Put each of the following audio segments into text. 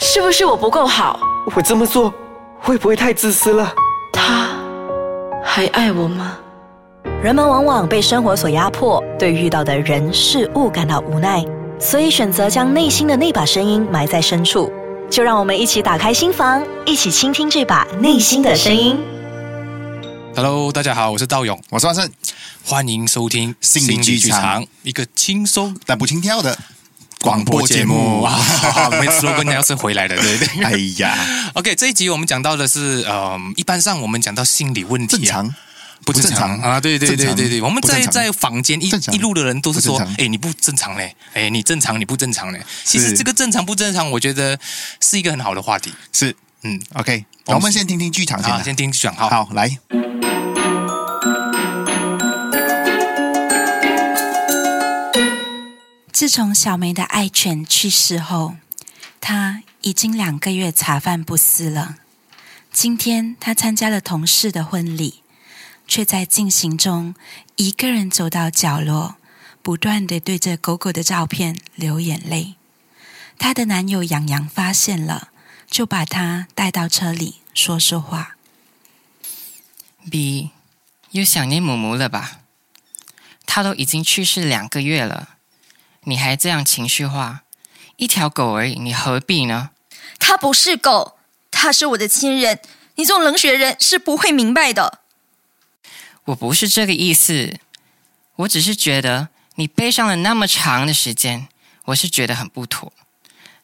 是不是我不够好？我这么做会不会太自私了？他还爱我吗？人们往往被生活所压迫，对遇到的人事物感到无奈，所以选择将内心的那把声音埋在深处。就让我们一起打开心房，一起倾听这把内心的声音。 Hello，大家好，我是道勇，我是万胜，欢迎收听心灵剧场，一个轻松但不轻佻的广播节目。广啊，每次都跟要是回来的，对不播节对目 哎呀， ？OK，这一集我们讲到的是，嗯，一般上我们讲到心理问题、啊，正常，不正不正常啊？对对正对常对对，我们不正在常在坊间一正常一路的人都是说不正，常哎，你不正常嘞，哎，你正常，你不正常嘞。其实是这个正常不正常，我觉得是一个很好的话题。是嗯， OK。我们先听听剧场先啊，啦，先听讲好。好来。自从小梅的爱犬去世后，她已经两个月茶饭不思了。今天她参加了同事的婚礼，却在进行中一个人走到角落，不断的对着狗狗的照片流眼泪。她的男友杨洋发现了，就把她带到车里说说话。 B，又想念母母了吧？她都已经去世两个月了，你还这样情绪化，一条狗而已，你何必呢？它不是狗，它是我的亲人。你这种冷血人是不会明白的。我不是这个意思，我只是觉得你悲伤了那么长的时间，我是觉得很不妥。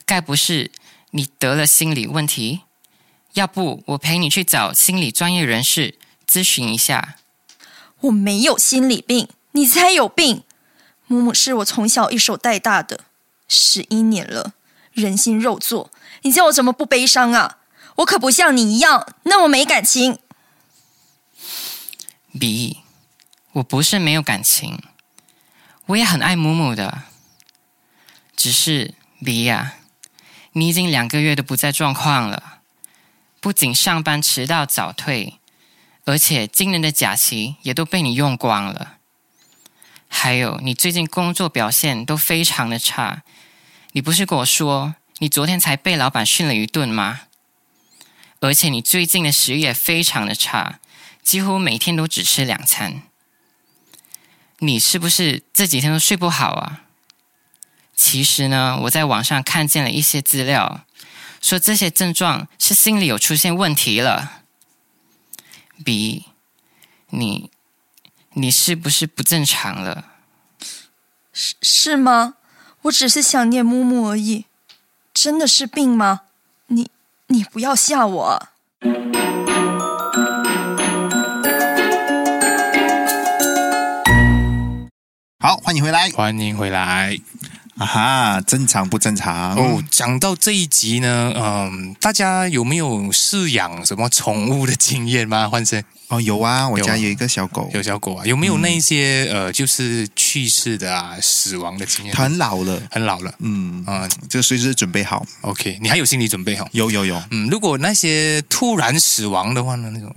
该不是你得了心理问题？要不我陪你去找心理专业人士咨询一下。我没有心理病，你才有病。母母是我从小一手带大的，十一年了，人心肉做，你叫我怎么不悲伤啊？我可不像你一样那么没感情。 B，我不是没有感情，我也很爱母母的。只是 B 呀、你已经两个月都不在状况了，不仅上班迟到早退，而且今年的假期也都被你用光了。还有，你最近工作表现都非常的差，你不是跟我说你昨天才被老板训了一顿吗？而且你最近的食欲也非常的差。几乎每天都只吃两餐。你是不是这几天都睡不好啊？其实呢，我在网上看见了一些资料，说这些症状是心理有出现问题了。B，你你是不是不正常了？是是吗？我只是想念母母而已，真的是病吗？你你不要吓我啊！好，欢迎回来欢迎回来。啊哈！正常不正常？哦，，讲到这一集呢，嗯，大家有没有饲养什么宠物的经验吗？ 换生哦，有啊，我有家有一个小狗，有小狗啊，有没有那一些、呃，就是去世的啊、死亡的经验？它很老了，很老了，嗯，啊、就随时准备好。 o k 你还有心理准备哦。有有有，嗯，如果那些突然死亡的话呢，那种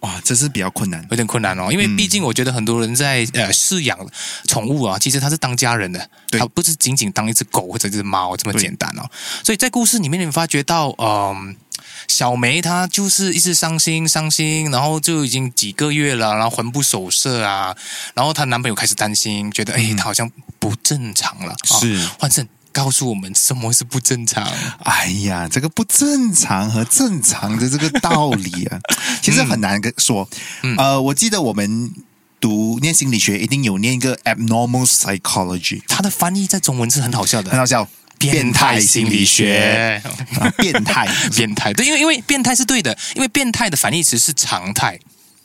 哇，这是比较困难。有点困难哦，因嗯为毕竟我觉得很多人在呃饲养宠物啊，其实他是当家人的，对他不是仅仅当一只狗或者一只猫这么对简单哦。所以在故事里面，你们发觉到，嗯、小梅她就是一直伤心伤心，然后就已经几个月了，然后魂不守舍啊，然后她男朋友开始担心，觉得哎，她好像不正常了。哦嗯是换成告诉我们什么是不正 常？哎呀，这个不正常和正常的这个道理 啊，其实很难跟说。嗯呃，我记得我们读念心理学，一定有念一个 abnormal psychology，它的翻译在中文是很好笑的，很好笑，变态心理学啊，变态 变态，对，因为因为变态是对的，因为变态的反义词是常态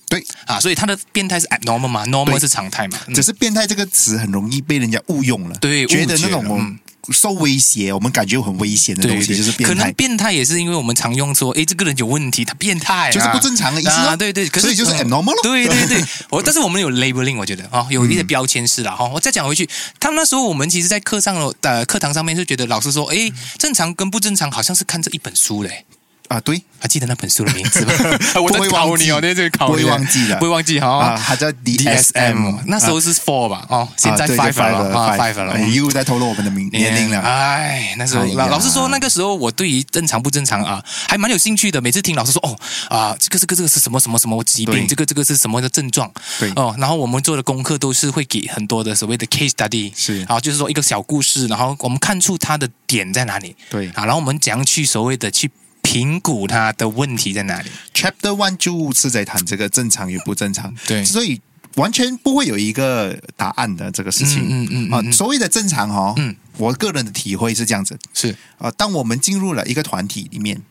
对。啊，所以它的变态是 abnormal 嘛，normal 对是常态嘛。嗯只是“变态”这个词很容易被人家误用了，对觉得误解那种我嗯们受威胁，我们感觉很危险的对东对西就是可变能态，变态也是因为我们常用说，诶，这个人有问题，他变态、啊，就是不正常的意思咯啊，对对，可是所以就是嗯 abnormal 咯嗯对对 对，我但是我们有 labeling，我觉得哦，有一定的标签是啦哈、哦。我再讲回去，他们那时候我们其实，在嗯课上的呃课堂上面就觉得老师说，诶，正常跟不正常好像是看这一本书嘞。啊，对，还记得那本书的名字 吗？ 我不在会考忘记你哦，在这里考你， 不会忘记的不会忘记哈。啊它叫 DSM 那时候是 four 吧？哦，现在啊啊对 five 了啊，five ，five 了了。哎又在透露我们的名年龄了。哎，那时候哎呀老老师说，那个时候我对于正常不正常啊，还蛮有兴趣的。每次听老师说，哦啊，这个这个这个是什么什么什么疾病，对这个这个是什么的症状，对哦。然后我们做的功课都是会给很多的所谓的 case study，是然后就是说一个小故事，然后我们看出它的点在哪里，对啊，然后我们怎样去所谓的去评估它的问题在哪里， Chapter One 就是在谈这个正常与不正常，对所以完全不会有一个答案的这个事情。嗯嗯嗯嗯啊嗯，所谓的正常哦，嗯，我个人的体会是这样子是啊、当我们进入了一个团体里面，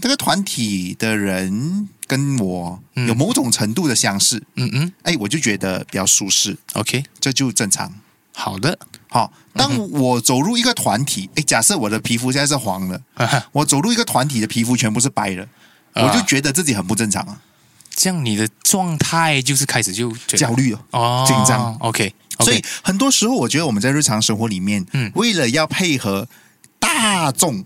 这个团体的人跟我嗯有某种程度的相似，嗯嗯哎，我就觉得比较舒适， ，OK，这就正常。好的，好、当我走入一个团体，哎，假设我的皮肤现在是 黄的，哈哈我走入一个团体的皮肤全部是白的，啊我就觉得自己很不正常啊，这样你的状态就是开始就觉得焦虑哦。哦，紧张，OK，所以很多时候，我觉得我们在日常生活里面，嗯为了要配合大众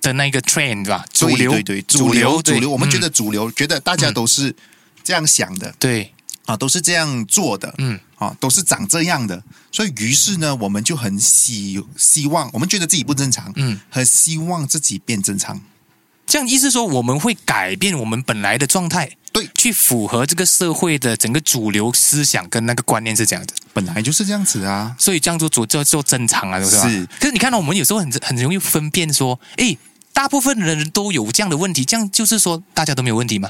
的那个 trend 吧，主对流，对对，主流对主流，我们嗯觉得主流，觉得大家都是这样想的对，啊，都是这样做的，嗯，啊，都是长这样的，所以于是呢，我们就很希希望，我们觉得自己不正常，嗯，很希望自己变正常，这样意思说我们会改变我们本来的状态，对，去符合这个社会的整个主流思想跟那个观念是这样的，本来就是这样子啊，所以这样做做做做正常啊，是吧？是可是你看到我们有时候很很容易分辨说，诶，大部分人都有这样的问题，这样就是说大家都没有问题吗？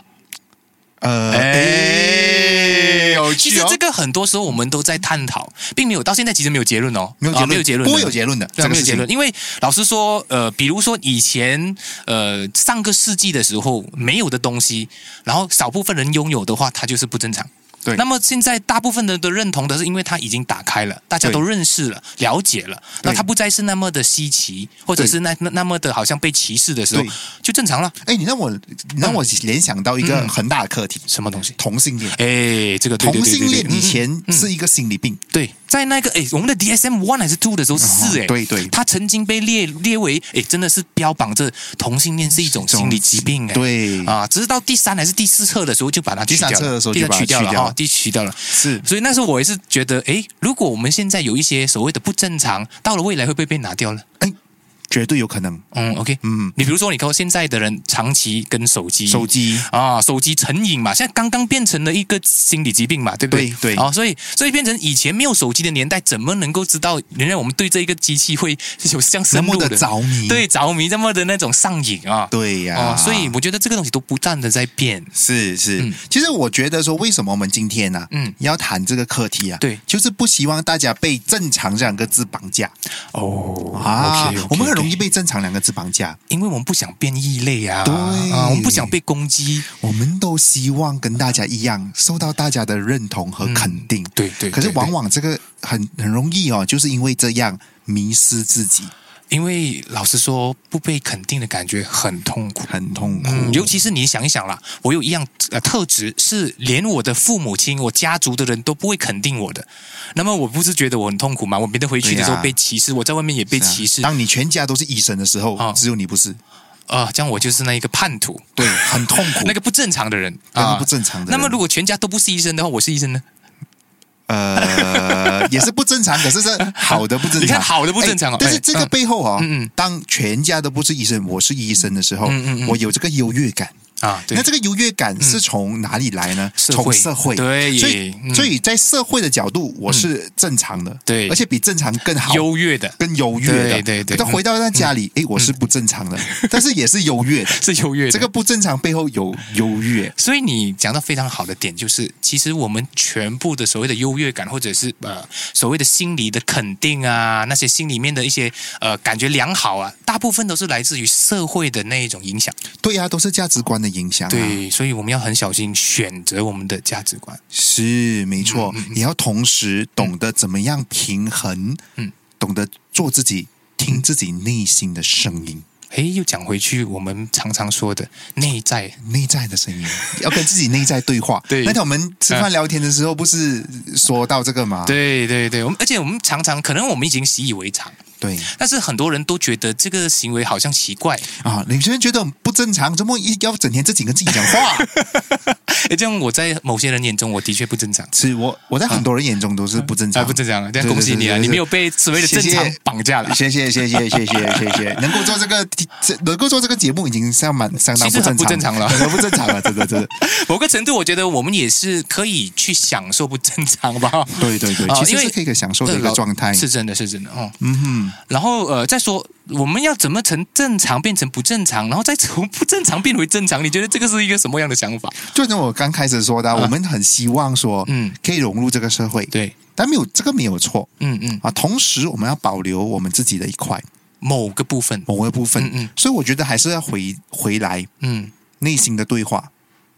呃，哎哎，有其趣实哦这。个很多时候我们都在探讨，并没有到现在其实没有结论哦，没有结啊论，没有结论，不会有结论的。对这啊，个没有事结情论，因为老实说，呃，比如说以前，呃，上个世纪的时候没有的东西，然后少部分人拥有的话，它就是不正常。对那么现在大部分人都认同的是，因为它已经打开了，大家都认识了、了解了，对那它不再是那么的稀奇，或者对是那那那么的好像被歧视的时候对，就正常了。哎，你让我，你让我联想到一个嗯很大的课题，什么东西？同性恋。哎，这个对同性恋对对以对对嗯前嗯是一个心理病，对，在那个诶，我们的 DSM one 还是 two 的时候是诶，嗯对对它曾经被列列为诶，真的是标榜着同性恋是一种心理疾病诶，对啊，只是到第三还是第四册的时候就把它取掉了第三册的时候第就三把它取掉了取掉啊，第取掉了。是所以那时候我也是觉得，诶，如果我们现在有一些所谓的不正常，到了未来会不会被拿掉了？绝对有可能。嗯，OK，嗯，你比如说，你看现在的人长期跟手机手机啊，手机成瘾嘛，现在刚刚变成了一个心理疾病嘛，对不对？对对啊，所以所以变成以前没有手机的年代，怎么能够知道原来我们对这一个机器会有这样那深么入的着迷，对着迷这么的那种上瘾啊？对呀、啊，所以我觉得这个东西都不断的在变。是是、嗯其实我觉得说，为什么我们今天呢、啊嗯要谈这个课题啊？对就是不希望大家被“正常”这两个字绑架哦啊 OK，OK，我们很容易 OK 被“正常”两个字绑架。因为我们不想变异类啊，对啊，我们不想被攻击。我们都希望跟大家一样，受到大家的认同和肯定。嗯对对可是对往对往这个很很容易哦，就是因为这样迷失自己，因为老实说，不被肯定的感觉很痛苦。很痛苦。嗯，尤其是你想一想啦，我有一样呃特质是连我的父母亲、我家族的人都不会肯定我的，那么我不是觉得我很痛苦吗？我免得回去的时候对呀啊被歧视，我在外面也被歧视啊、当你全家都是医生的时候，哦只有你不是，啊这样我就是那一个叛徒，对，很痛 苦。那个不正常的人那个啊不正常的那人么如果全家都不是医生的话，我是医生呢？呃， 也是不正常，可是是好的不正常。你看好的不正常哦哎但是哎这个背后哦，嗯嗯当全家都不是医生，我是医生的时候，嗯嗯嗯我有这个优越感。啊，对那，这个优越感是从哪里来呢？社会从社会。对所以、嗯所以在社会的角度，我是正常的，对而且比正常更好。优越的更优越的，对对对但回到在家里，哎、我是不正常的，但是也是优 越的。是优越的这个不正常背后有优越，所以你讲到非常好的点，就是其实我们全部的所谓的优越感，或者是呃所谓的心理的肯定啊，那些心里面的一些呃感觉良好啊，大部分都是来自于社会的那一种影响。对呀、都是价值观的影响、啊。对，所以我们要很小心选择我们的价值观。是没错，你要同时懂得怎么样平衡，嗯懂得做自己，听自己内心的声音，诶，又讲回去我们常常说的内在，内在的声音， 要跟自己内在对话。对那天我们吃饭聊天的时候，不是说到这个吗？对对对，我们而且我们常常可能我们已经习以为常，对 但是很多人都觉得这个行为好像奇怪，啊，你现在觉得不正常，怎么一要整天自己跟自己讲话？ 诶，这样我在某些人眼中，我的确不正常。是我我在很多人眼中都是不正常，啊，不正常，这样对恭喜你啊！对对对对你没有被所谓的正常谢谢绑架了。谢谢谢谢谢谢谢 谢，能够做这个这能够做这个节目已经相蛮相当其实很不不正正常常了很不正常了，真的真的，某个程度，我觉得我们也是可以去享受不正常吧。对对对，啊其实因为哦是可以享受的一个状态，是真的，是真的哦。嗯然后呃，再说我们要怎么从正常变成不正常，然后再从不正常变回正常，你觉得这个是一个什么样的想法？哼，就像我刚开始说的，我们很希望说，嗯嗯，可以融入这个社会，，对，但没有这个没有错嗯嗯，啊，同时我们要保留我们自己的一块某个部分，某个部分，嗯嗯所以我觉得还是要回回来嗯，内心的对话，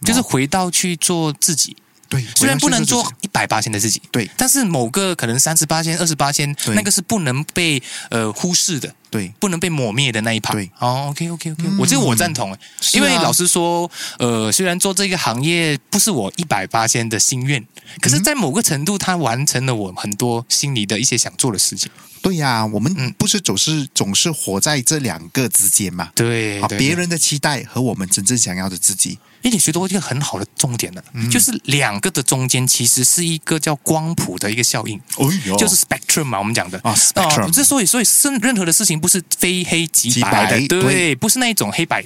就是回到去做自己，对，虽然不能哦回做到一百八千的自己，对但是某个可能三十八千、二十八千，对那个是不能被呃忽视的。对不能被抹灭的那一趴。对哦，OK OK OK，、嗯我这个我赞同诶，欸是啊因为老实说，呃，虽然做这个行业不是我一百八千的心愿，可是，在某个程度，它完成了我很多心里的一些想做的事情。对呀、我们嗯不是总是总是活在这两个之间嘛，对，啊，对别，人的期待和我们真正想要的自己，因为你学到一个很好的重点了，就是两个的中间其实是一个叫光谱的一个效应，哦哟就是 spectrum 嘛，我们讲的啊，spectrum 哦之所以所以任任何的事情不是非黑即白的，对，即白对不是那一种黑白，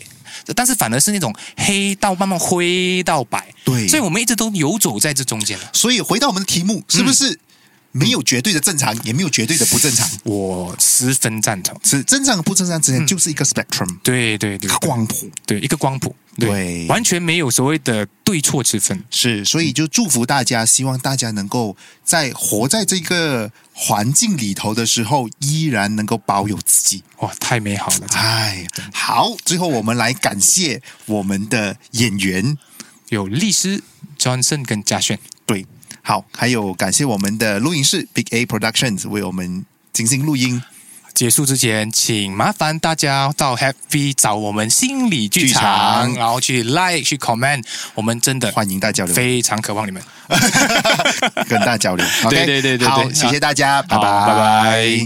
但是反而是那种黑到慢慢灰到白。对所以我嗯们一直都游走在这中间了。所以回到我们的题目，是不是没有绝对的正常，也没有绝对的不正常？我十分赞同。是正常和不正常之嗯间就是一个 spectrum，、对对对一个，光谱。对一个光谱，对完全没有所谓的对错之分。是，所嗯以就祝福大家，希望大家能够在活在这个环境里头的时候，依然能够保有自己。哇，太美好了！哎，好，最后我们来感谢我们的演员，有律师 Johnson 跟嘉炫，对，好，还有感谢我们的录音室 Big A Productions 为我们精心录音。结束之前，请麻烦大家到 Happy 找我们心理剧场，剧场然后去 like 去 comment，我们真的欢迎大家交流非常渴望你们。 跟大家交流。OK， 对对对对对好，谢谢大家，拜拜，好拜拜。